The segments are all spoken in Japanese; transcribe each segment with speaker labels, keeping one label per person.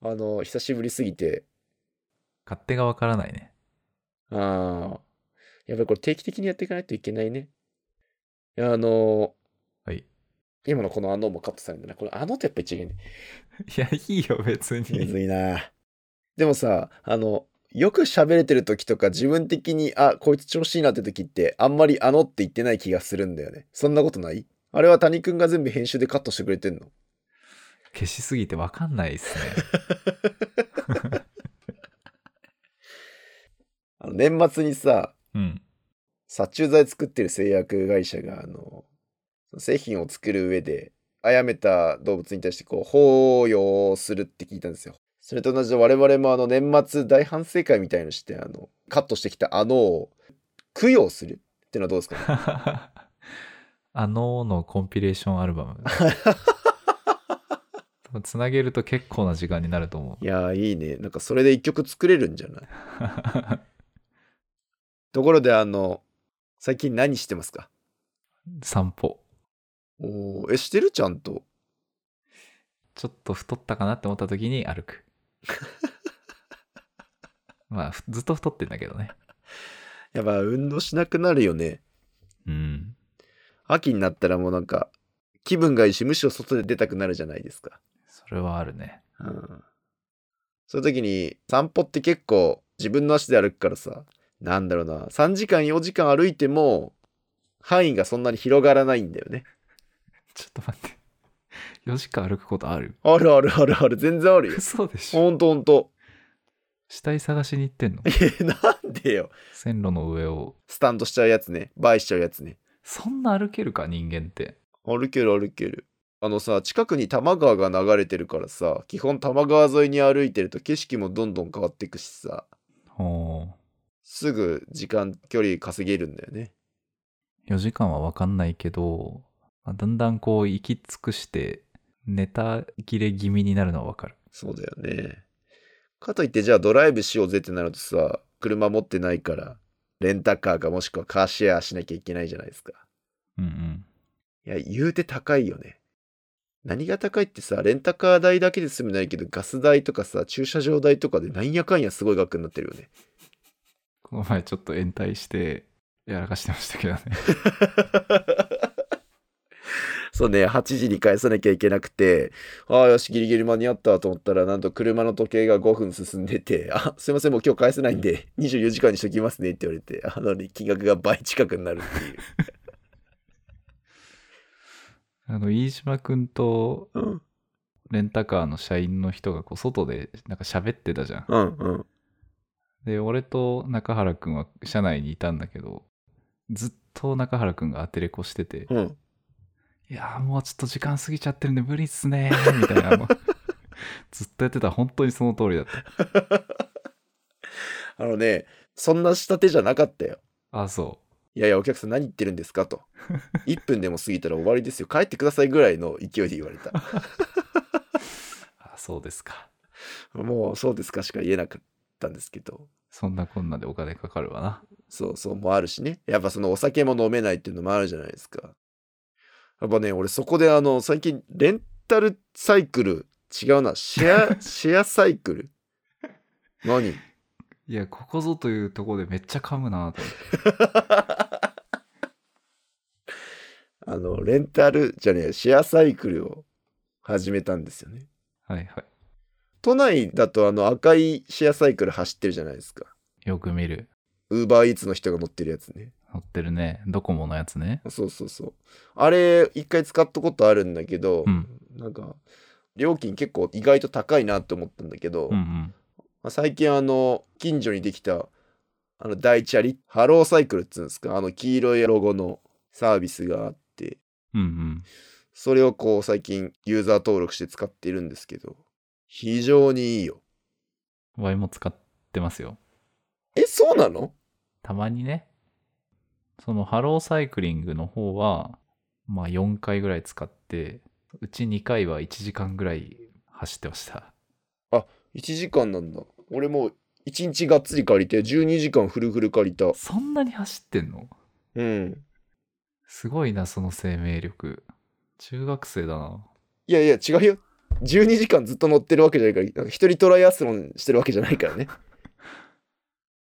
Speaker 1: あの、久しぶりすぎて、
Speaker 2: 勝手がわからないね。
Speaker 1: ああ、やっぱりこれ定期的にやっていかないといけないね。いやあの、
Speaker 2: はい。い
Speaker 1: 今のこのあのもカットされるんだな。これあのってやっぱ一元ね。
Speaker 2: や、 いいよ、別
Speaker 1: むず
Speaker 2: に。
Speaker 1: いな。 でもさ、あの、よく喋れてる時とか自分的に、あ、こいつ調子いいなって時って、あんまりあのって言ってない気がするんだよね。そんなことないあれは谷くんが全部編集でカットしてくれてんの
Speaker 2: 消しすぎてわかんないっ すね。
Speaker 1: あの年末にさ、
Speaker 2: うん。
Speaker 1: 殺虫剤作ってる製薬会社が、あの、製品を作る上で、あやめた動物に対して、こう、包容するって聞いたんですよ。それと同じで我々もあの年末大反省会みたいのして、あの、カットしてきたあのを供養するってのはどうですかね
Speaker 2: あのーのコンピレーションアルバ ム。多分つなげると結構な時間になると思。
Speaker 1: いやーいいね。なんかそれで一曲作れるんじゃないうところであの、最近何してますか
Speaker 2: 散歩。
Speaker 1: おーえ、してるちゃんと。
Speaker 2: ちょっと太ったかなって思った時に歩 く。まあ、ふずっと太ってんだけどね。
Speaker 1: やっぱ運動しなくなるよね。
Speaker 2: うん。
Speaker 1: 秋になったらもうなんか、気分がいいし、むしろ外で出たくなるじゃないですか。
Speaker 2: それはあるね。
Speaker 1: うん。そういう時に、散歩って結構自分の足で歩くからさ、なんだろうな、3時間4時間歩いても、範囲がそんなに広がらないんだよね。
Speaker 2: ちょっと待って。4時間歩くことある
Speaker 1: あるあるあるある、全然あるよ。
Speaker 2: 嘘でしょ。
Speaker 1: ほんとほんと。
Speaker 2: 死体探しに行ってんの
Speaker 1: え、なんでよ。
Speaker 2: 線路の上を。
Speaker 1: スタンドしちゃうやつね。バイしちゃうやつね。
Speaker 2: そんな歩けるか、人間って。
Speaker 1: 歩ける歩ける。あのさ、近くに多摩川が流れてるからさ、基本多摩川沿いに歩いてると景色もどんどん変わっていくしさ、
Speaker 2: ほ
Speaker 1: すぐ時間、距離稼げるんだよね。
Speaker 2: う。4時間はわかんないけど、まあだんだんこう、行き尽くして、ネタ切れ気味になるのはわかる。
Speaker 1: そうだよね。かといってじゃあドライブしようぜってなるとさ、車持ってないから、レンタカーかもしくはカーシェアしなきゃいけないじゃないですか。
Speaker 2: うんうん。
Speaker 1: いや、言うて高いよね。何が高いってさ、レンタカー代だけで済むないけど、ガス代とかさ、駐車場代とかでなんやかんやすごい額になってるよね。
Speaker 2: この前ちょっと延滞して、やらかしてましたけどね。
Speaker 1: そうね、8時に返さなきゃいけなくて、ああ、よし、ギリギリ間に合ったと思ったら、なんと車の時計が5分進んでて、あ、すいません、もう今日返せないんで、24時間にしときますねって言われて、あの、金額が倍近くになるっていう。
Speaker 2: あの、飯島くんと
Speaker 1: うん、
Speaker 2: レンタカーの社員の人がこう外でなんか喋ってたじゃん。
Speaker 1: うん、うん。
Speaker 2: で、俺と中原くんは社内にいたんだけど、ずっと中原くんがアテレコしてて、
Speaker 1: うん、
Speaker 2: いやーもうちょっと時間過ぎちゃってるんで無理っすねー、 みたいなの。ずっとやってた本当にその通りだった。
Speaker 1: あのね、そんな仕立てじゃなかったよ。
Speaker 2: あ、そ
Speaker 1: いやいや、お客さん何言ってるんですかと。1分でも過ぎたら終わりですよ。帰ってくださいぐらいの勢いで言われた。
Speaker 2: う。あ、そうですか。
Speaker 1: もう、そうですかしか言えなかったんですけど。
Speaker 2: そんなこんなでお金かかるわな。
Speaker 1: そうそうもあるしね。やっぱそのお酒も飲めないっていうのもあるじゃないですか。やっぱね、俺そこであの、最近レンタルサイクル、違うな、シ ェア、シェアサイクル。何
Speaker 2: いや、ここぞというところでめっちゃ噛むなーと思って。
Speaker 1: あの、レンタルじゃねえ、シェアサイクルを始めたんですよね。
Speaker 2: はいはい。
Speaker 1: 都内だとあの赤いシェアサイクル走ってるじゃないですか。
Speaker 2: よく見る。
Speaker 1: ウーバーイーツの人が乗ってるやつね。
Speaker 2: 乗ってるね。ドコモのやつね。
Speaker 1: そうそうそう。あれ、一回使ったことあるんだけど、
Speaker 2: うん
Speaker 1: なんか、料金結構意外と高いなって思ったんだけど、
Speaker 2: うんう
Speaker 1: ま
Speaker 2: ん。
Speaker 1: あ最近あの、近所にできた、あの、大チャリ、ハローサイクルっつうんですか、あの、黄色いロゴのサービスがあって、
Speaker 2: うんうん。
Speaker 1: それをこう、最近ユーザー登録して使っているんですけど、非常にいいよ。
Speaker 2: ワイも使ってますよ。
Speaker 1: え、そうなの
Speaker 2: たまにね。そのハローサイクリングの方は、まあ4回ぐらい使って、うち2回は1時間ぐらい走ってました。
Speaker 1: ?1 時間なんだ。俺もう、1日がっつり借りて、12時間フルフル借りた。
Speaker 2: そんなに走ってんの
Speaker 1: うん。
Speaker 2: すごいな、その生命力。中学生だな。
Speaker 1: いやいや、違うよ。12時間ずっと乗ってるわけじゃないから、なんか一人トライアスロンしてるわけじゃないから ね。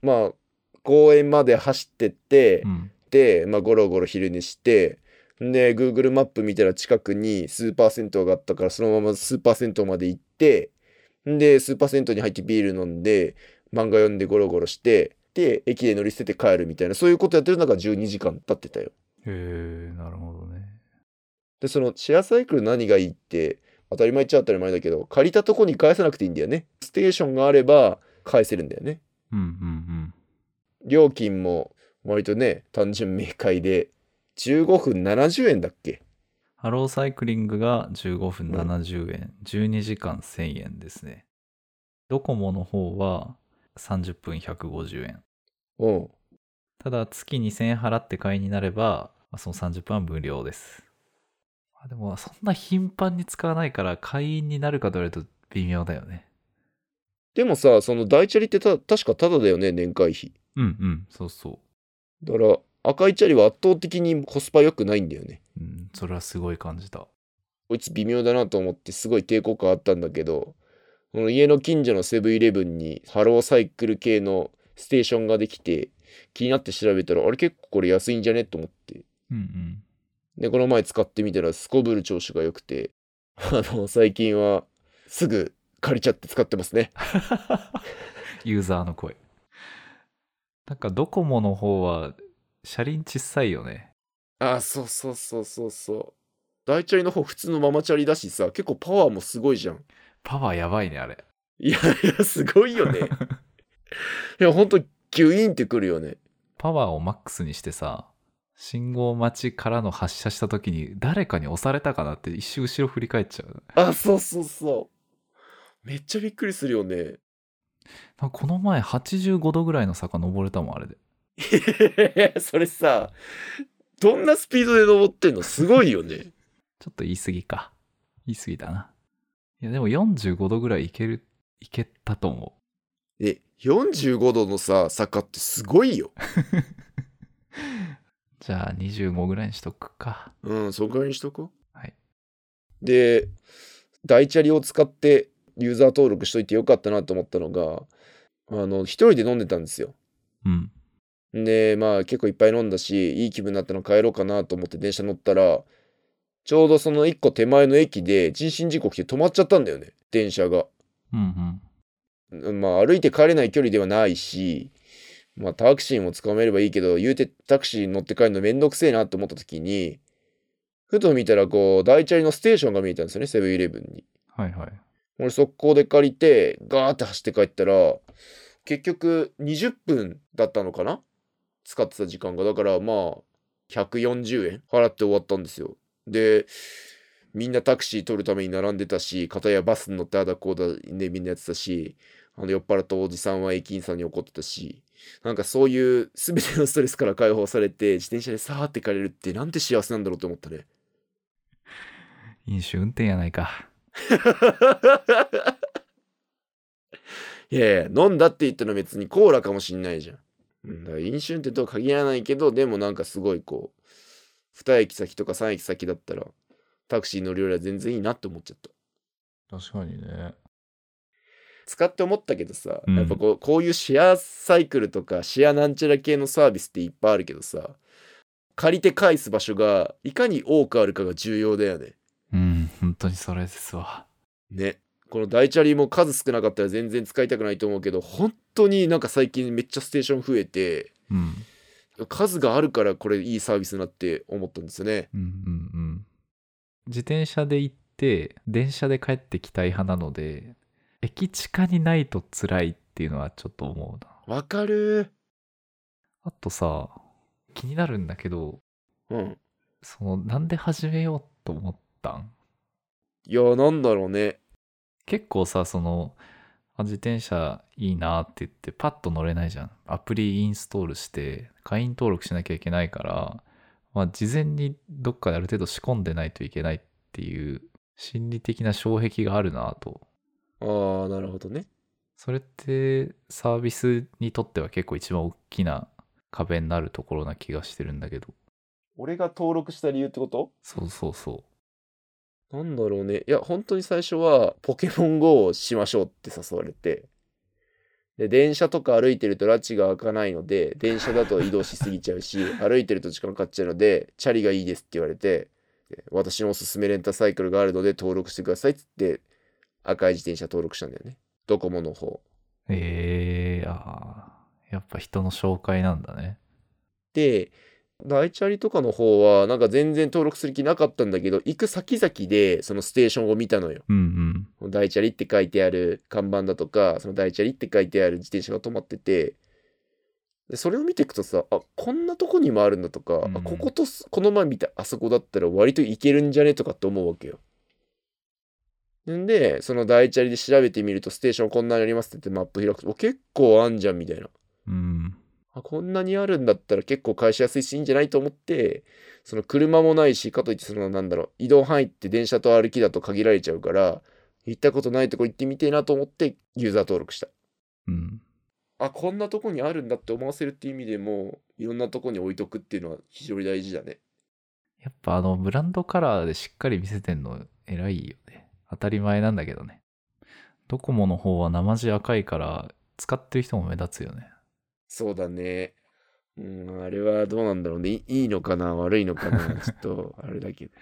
Speaker 1: まあ、公園まで走ってって
Speaker 2: う、ん。
Speaker 1: で、まあ、ゴロゴロ昼寝して、で、Google マップ見たら近くにスーパー銭湯があったから、そのままスーパー銭湯まで行って、で、スーパー銭湯に入ってビール飲んで、漫画読んでゴロゴロして、で、駅で乗り捨てて帰るみたいな、そういうことやってる中、12時間経ってたよ。
Speaker 2: へえ、なるほどね。
Speaker 1: で、そのシェアサイクル何がいいって、当たり前っちゃ当たり前だけど、借りたとこに返さなくていいんだよね。ステーションがあれば返せるんだよね。
Speaker 2: うんうん
Speaker 1: 料金も割とね、単純明快で、15分70円だっけ
Speaker 2: うん。ハローサイクリングが15分70円、12時間1000円ですね。ドコモの方は30分150円。
Speaker 1: うん。
Speaker 2: ただ月2000円払って会員になれば、まあその30分は無料です。まあでもそんな頻繁に使わないから会員になるかと言われると微妙だよね。
Speaker 1: でもさ、その大チャリってた確かタダだよね、年会費。
Speaker 2: うんうん、そうそ
Speaker 1: だから、赤いチャリは圧倒的にコスパ良くないんだよね。
Speaker 2: う。うん、それはすごい感じた。
Speaker 1: こいつ微妙だなと思ってすごい抵抗感あったんだけど、この家の近所のセブンイレブンにハローサイクル系のステーションができて、気になって調べたら、あれ結構これ安いんじゃねと思って。
Speaker 2: うんうん。
Speaker 1: で、この前使ってみたらすこぶる調子が良くて、あの、最近はすぐ借りちゃって使ってますね。
Speaker 2: ユーザーの声。なんかドコモの方は車輪小さいよね。
Speaker 1: あーそうそうそうそうそう大チャリの方普通のママチャリだしさ結構パワーもすごいじゃん
Speaker 2: パワーやばいね、あれ。
Speaker 1: いやいやすごいよねいやほんとギュイーンってくるよね
Speaker 2: パワーをマックスにしてさ、信号待ちからの発射した時に誰かに押されたかなって一瞬後ろ振り返っちゃう。
Speaker 1: あそうそうそうめっちゃびっくりするよね
Speaker 2: なんかこの前85度ぐらいの坂登れたもんあれで
Speaker 1: それさどんなスピードで登ってんのすごいよね
Speaker 2: ちょっと言い過ぎか言い過ぎだないやでも45度ぐらいいけるいけたと思
Speaker 1: え45度のさ坂ってすごいよ
Speaker 2: うじゃあ25ぐらいにしとくか
Speaker 1: うんそんぐらいにしとこう
Speaker 2: はい
Speaker 1: で大チャリを使ってユーザー登録しといてよかったなと思ったのがあの一人で飲んでたんですよ
Speaker 2: うん
Speaker 1: でまあ結構いっぱい飲んだしいい気分になったの帰ろうかなと思って電車乗ったらちょうどその一個手前の駅で人身事故来て止まっちゃったんだよね電車が
Speaker 2: うんうん
Speaker 1: まあ歩いて帰れない距離ではないし、まあタクシーも捕まえればいいけど、言うてタクシーに乗って帰るのめんどくせえなと思った時に、ふと見たらこう、大チャリのステーションが見えたんですよね、セブンイレブンに。
Speaker 2: はいはい
Speaker 1: 俺速攻で借りて、ガーって走って帰ったら、結局20分だったのかな使ってた時間が。だからまあ、140円払って終わったんですよ。で、みんなタクシー取るために並んでたし、片やバスに乗ってあだこうだね、みんなやってたし、あの酔っ払ったおじさんは駅員さんに怒ってたし、なんかそういう全てのストレスから解放されて、自転車でさーって帰れるってなんて幸せなんだろうと思ったね。
Speaker 2: 飲酒運転やないか
Speaker 1: いやいや飲んだって言ったのは別にコーラかもしんないじゃん。うん、だから飲酒運転とは限らないけどでもなんかすごいこう2駅先とか3駅先だったらタクシー乗るよりは全然いいなって思っちゃった。
Speaker 2: 確かにね
Speaker 1: 使って思ったけどさ、
Speaker 2: うん
Speaker 1: やっぱこうこういうシェアサイクルとかシェアなんちゃら系のサービスっていっぱいあるけどさ借りて返す場所がいかに多くあるかが重要だよね。
Speaker 2: うん本当にそれですわ
Speaker 1: ね。この大チャリも数少なかったら全然使いたくないと思うけど本当になんか最近めっちゃステーション増えて
Speaker 2: うん
Speaker 1: 数があるからこれいいサービスだなって思ったんですよね。
Speaker 2: うんうんうん自転車で行って電車で帰ってきたい派なので駅近にないと辛いっていうのはちょっと思うな
Speaker 1: わかる
Speaker 2: あとさ気になるんだけど
Speaker 1: うん。
Speaker 2: そのなんで始めようと思ったん
Speaker 1: いや、なんだろうね。
Speaker 2: 結構さそのあ自転車いいなって言ってパッと乗れないじゃんアプリインストールして会員登録しなきゃいけないから、まあ、事前にどっかである程度仕込んでないといけないっていう心理的な障壁があるなと
Speaker 1: ああ、なるほどね。
Speaker 2: それってサービスにとっては結構一番大きな壁になるところな気がしてるんだけど
Speaker 1: 俺が登録した理由ってこと
Speaker 2: そうそうそう
Speaker 1: なんだろうね。いや、本当に最初は、ポケモン GO をしましょうって誘われて、で、電車とか歩いてると拉致が開かないので、電車だと移動しすぎちゃうし、歩いてると時間かかっちゃうので、チャリがいいですって言われて、で私のおすすめレンタサイクルがあるので登録してくださいって言って、赤い自転車登録したんだよね。ドコモの方。
Speaker 2: ええあーやっぱ人の紹介なんだね。
Speaker 1: で、大チャリとかの方は、なんか全然登録する気なかったんだけど、行く先々で、そのステーションを見たのよ。
Speaker 2: うんうん。
Speaker 1: 大チャリって書いてある看板だとか、その大チャリって書いてある自転車が止まってて、でそれを見ていくとさ、あ、こんなとこにもあるんだとか、
Speaker 2: うん
Speaker 1: あこことすこの前見たあそこだったら割と行けるんじゃねとかって思うわけよ。んで、その大チャリで調べてみると、ステーションこんなにありますって言ってマップ開くと、お結構あんじゃんみたいな。
Speaker 2: うん。
Speaker 1: あこんなにあるんだったら結構返しやすいしいいんじゃないと思ってその車もないしかといってそのなんだろう移動範囲って電車と歩きだと限られちゃうから行ったことないとこ行ってみてえなと思ってユーザー登録した
Speaker 2: うん。
Speaker 1: あこんなとこにあるんだって思わせるっていう意味でもいろんなとこに置いとくっていうのは非常に大事だね
Speaker 2: やっぱあのブランドカラーでしっかり見せてんの偉いよね。当たり前なんだけどね。ドコモの方は生地赤いから使ってる人も目立つよね。
Speaker 1: そうだねうんあれはどうなんだろうねいいいのかな悪いのかなちょっとあれだけど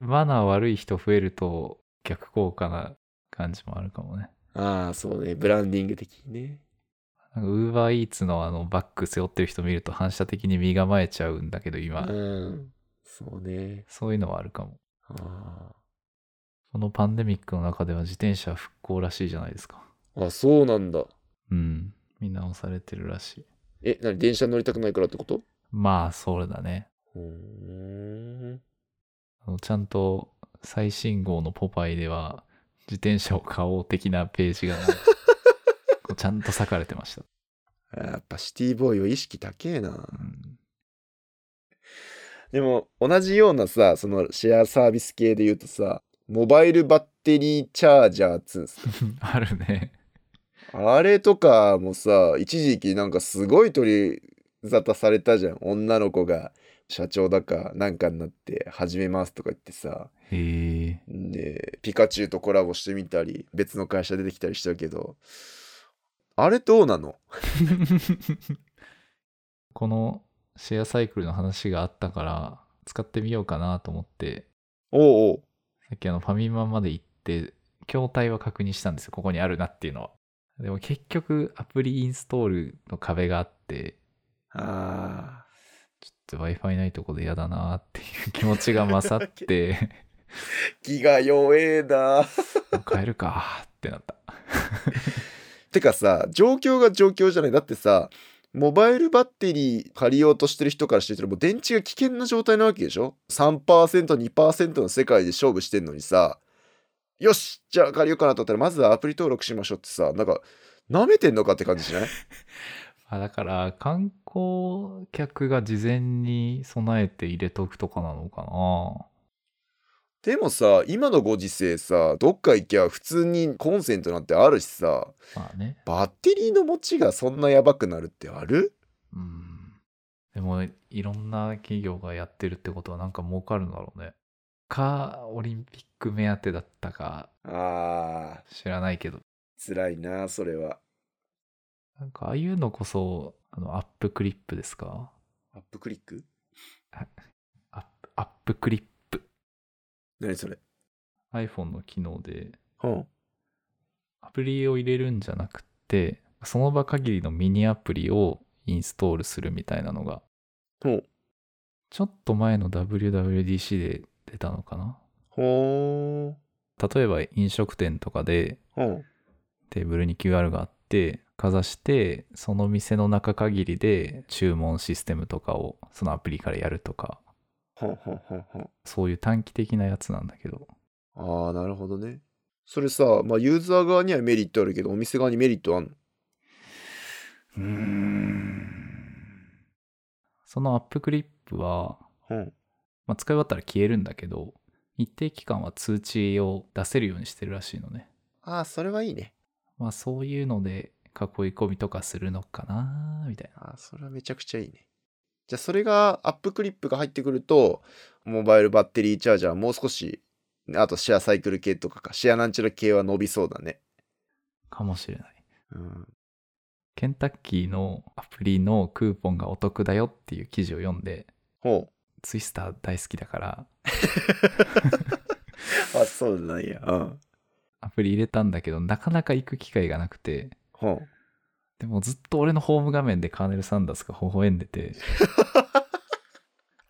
Speaker 2: マナー悪い人増えると逆効果な感じもあるかもね。
Speaker 1: ああそうねブランディング的にね
Speaker 2: ウーバーイーツのあのバッグ背負ってる人見ると反射的に身構えちゃうんだけど今、
Speaker 1: うんそうね
Speaker 2: そういうのはあるかも。
Speaker 1: ああ
Speaker 2: このパンデミックの中では自転車復興らしいじゃないですか。
Speaker 1: あ、そうなんだ。
Speaker 2: うん。見直されてるらしい。
Speaker 1: え、なに電車乗りたくないからってこと
Speaker 2: まあ、それだね。
Speaker 1: うん。
Speaker 2: あのちゃんと最新号のポパイでは自転車を買おう的なページが こうちゃんと割かれてました。
Speaker 1: やっぱシティボーイは意識高えな。
Speaker 2: うん
Speaker 1: でも、同じようなさ、そのシェアサービス系で言うとさ、モバイルバッテリーチャージャーっつうんすか
Speaker 2: あるね。
Speaker 1: あれとかもさ、一時期なんかすごい取り沙汰されたじゃん。女の子が社長だかなんかになって始めますとか言ってさ。
Speaker 2: へえ。
Speaker 1: で、ピカチュウとコラボしてみたり、別の会社出てきたりしたけど、あれどうなの
Speaker 2: このシェアサイクルの話があったから使ってみようかなと思って
Speaker 1: おうおう。
Speaker 2: さっきあのファミマまで行って、筐体は確認したんですよ。ここにあるなっていうのは。でも結局、アプリインストールの壁があって、
Speaker 1: あ
Speaker 2: ちょっと Wi-Fi ないとこで嫌だなっていう気持ちが勝って、
Speaker 1: あ、気が弱えな。
Speaker 2: もう変えるかってなった。
Speaker 1: てかさ、状況が状況じゃない。だってさ、モバイルバッテリー借りようとしてる人からしてみたらもう電池が危険な状態なわけでしょ ?3%、2%の世界で勝負してんのにさ、よしじゃあ借りようかなと思ったら、まずはアプリ登録しましょうってさ、なんか、舐めてんのかって感じしない
Speaker 2: あだから、観光客が事前に備えて入れとくとかなのかな
Speaker 1: でもさ、今のご時世さ、どっか行きゃ普通にコンセントなんてあるしさ、
Speaker 2: まあね。
Speaker 1: バッテリーの持ちがそんなやばくなるってある
Speaker 2: うん。でも、いろんな企業がやってるってことはなんか儲かるんだろうね。か、オリンピック目当てだったか、
Speaker 1: ああ、
Speaker 2: 知らないけど。
Speaker 1: 辛いなそれは
Speaker 2: なんか、ああいうのこそ、あの、アップクリップですか
Speaker 1: アップクリック
Speaker 2: アップアップクリップ。
Speaker 1: 何それ
Speaker 2: iPhone の機能で、
Speaker 1: うん
Speaker 2: アプリを入れるんじゃなくて、その場限りのミニアプリをインストールするみたいなのが、
Speaker 1: ほ
Speaker 2: ちょっと前の WWDC で出たのかな
Speaker 1: ほ
Speaker 2: 例えば飲食店とかで
Speaker 1: ーうん
Speaker 2: テーブルに QR があって、かざして、その店の中限りで注文システムとかをそのアプリからやるとか、
Speaker 1: ほんほんほんほん
Speaker 2: そういう短期的なやつなんだけど、
Speaker 1: ああなるほどねそれさまあユーザー側にはメリットあるけどお店側にメリットあんの
Speaker 2: うーんそのアップクリップは、
Speaker 1: うん
Speaker 2: まあ、使い終わったら消えるんだけど一定期間は通知を出せるようにしてるらしいのね
Speaker 1: ああそれはいいね
Speaker 2: まあそういうので囲い込みとかするのかなみたい
Speaker 1: あ
Speaker 2: な
Speaker 1: あそれはめちゃくちゃいいねじゃあそれがアップクリップが入ってくるとモバイルバッテリーチャージャーもう少しあとシェアサイクル系とかか。シェアなんちゃら系は伸びそうだね。
Speaker 2: かもしれない。
Speaker 1: うん。
Speaker 2: ケンタッキーのアプリのクーポンがお得だよっていう記事を読んで、
Speaker 1: ほ
Speaker 2: ツイスター大好きだから、
Speaker 1: う。あ、そうなんや。うん。
Speaker 2: アプリ入れたんだけど、なかなか行く機会がなくて、
Speaker 1: ほう。
Speaker 2: でもずっと俺のホーム画面でカーネル・サンダースが微笑んでて、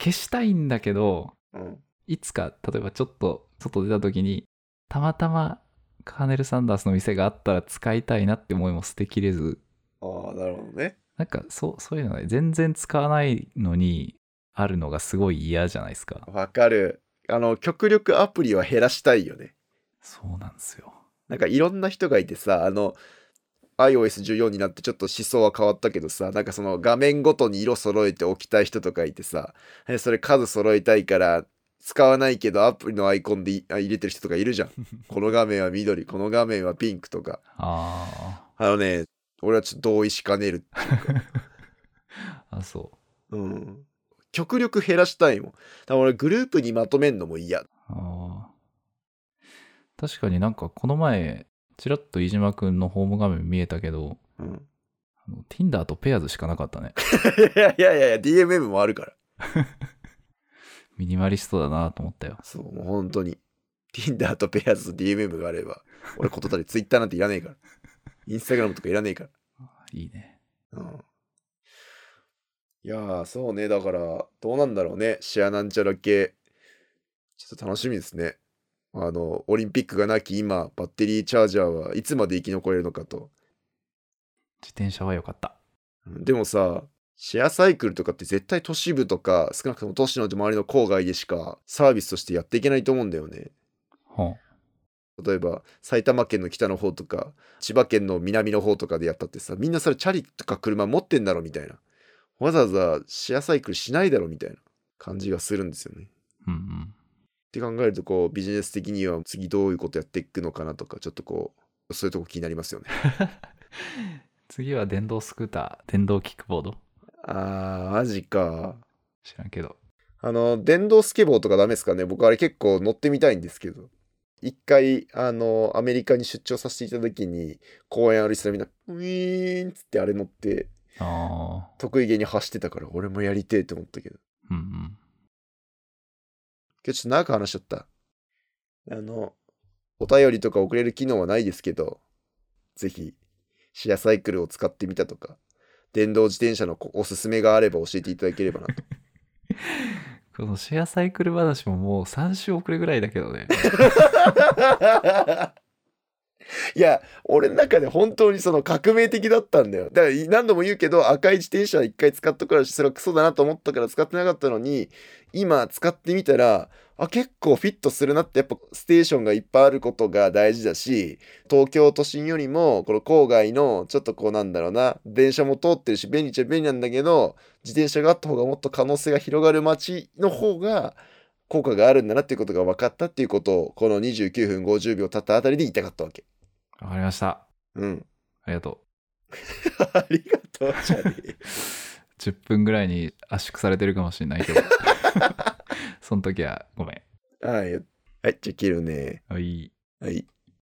Speaker 2: 消したいんだけど、
Speaker 1: うん。
Speaker 2: いつか、例えばちょっと外出た時に、たまたまカーネル・サンダースの店があったら使いたいなって思いも捨てきれず、
Speaker 1: ああ、なるほどね。
Speaker 2: なんかそうそういうのね、全然使わないのにあるのがすごい嫌じゃないですか。
Speaker 1: わかる。あの、極力アプリは減らしたいよね。
Speaker 2: そうなんですよ。
Speaker 1: なんかいろんな人がいてさ、あの、iOS14 になってちょっと思想は変わったけどさ、なんかその画面ごとに色揃えておきたい人とかいてさ、えそれ数揃えたいから使わないけどアプリのアイコンでいあ入れてる人とかいるじ ゃん。この画面は緑、この画面はピンクとか。
Speaker 2: あ
Speaker 1: あのね、俺はちょっと同意しかねる。
Speaker 2: ーあ、そう。
Speaker 1: うん。極力減らしたいもん。だから俺グループにまとめんのも嫌。
Speaker 2: あー確かになんかこの前、ちらっと飯島くんのホーム画面見えたけど、
Speaker 1: うん。
Speaker 2: あの Tinder と Pairs しかなかったね。
Speaker 1: いやいやいやいや、DMM もあるから。
Speaker 2: ミニマリストだなと思ったよ。
Speaker 1: そう、もう本当に。Tinder と Pairs と DMM があれば、俺ことたり Twitter なんていらねえから。Instagram とかいらねえか
Speaker 2: いいね。
Speaker 1: ら。うん。いやー、そうね。だから、どうなんだろうね。シェアなんちゃら系。ちょっと楽しみですね。あの、オリンピックがなき今、バッテリーチャージャーはいつまで生き残れるのかと。
Speaker 2: 自転車は良かった。
Speaker 1: うんでもさ、シェアサイクルとかって絶対都市部とか、少なくとも都市の周りの郊外でしかサービスとしてやっていけないと思うんだよね。
Speaker 2: ほん。
Speaker 1: 例えば埼玉県の北の方とか千葉県の南の方とかでやったってさみんなそれチャリとか車持ってんだろみたいなわざわざシェアサイクルしないだろみたいな感じがするんですよね。っ
Speaker 2: うんうん。
Speaker 1: て考えるとこうビジネス的には次どういうことやっていくのかなとかちょっとこうそういうとこ気になりますよね。
Speaker 2: 次は電動スクーター、電動キックボード
Speaker 1: あーマジか。
Speaker 2: 知らんけど。
Speaker 1: あの電動スケボーとかダメですかね僕あれ結構乗ってみたいんですけど。一回あのアメリカに出張させていた時に公園歩いてたらみんなウィーンっつってあれ乗って
Speaker 2: ああ。
Speaker 1: 得意げに走ってたから俺もやりてえと思ったけど
Speaker 2: うんうん。
Speaker 1: 今日ちょっと長く話しちゃったあのお便りとか送れる機能はないですけどぜひシェアサイクルを使ってみたとか電動自転車のこうおすすめがあれば教えていただければなと
Speaker 2: このシェアサイクル話ももう3週遅れぐらいだけどね。
Speaker 1: いや俺の中で本当にその革命的だったんだよだから何度も言うけど赤い自転車は一回使っとくからそれはクソだなと思ったから使ってなかったのに今使ってみたらあ結構フィットするなってやっぱステーションがいっぱいあることが大事だし東京都心よりもこの郊外のちょっとこうなんだろうな電車も通ってるし便利っちゃ便利なんだけど自転車があった方がもっと可能性が広がる街の方が効果があるんだなっていうことが分かったっていうことをこの29分50秒経ったあたりで言いたかったわけ。
Speaker 2: わかりました。
Speaker 1: うん。
Speaker 2: ありがと
Speaker 1: ありがとうじゃねえよ
Speaker 2: う。10分ぐらいに圧縮されてるかもしれないけど。その時はごめん。
Speaker 1: はい。はい、じゃあ切るね。
Speaker 2: はい。
Speaker 1: はい。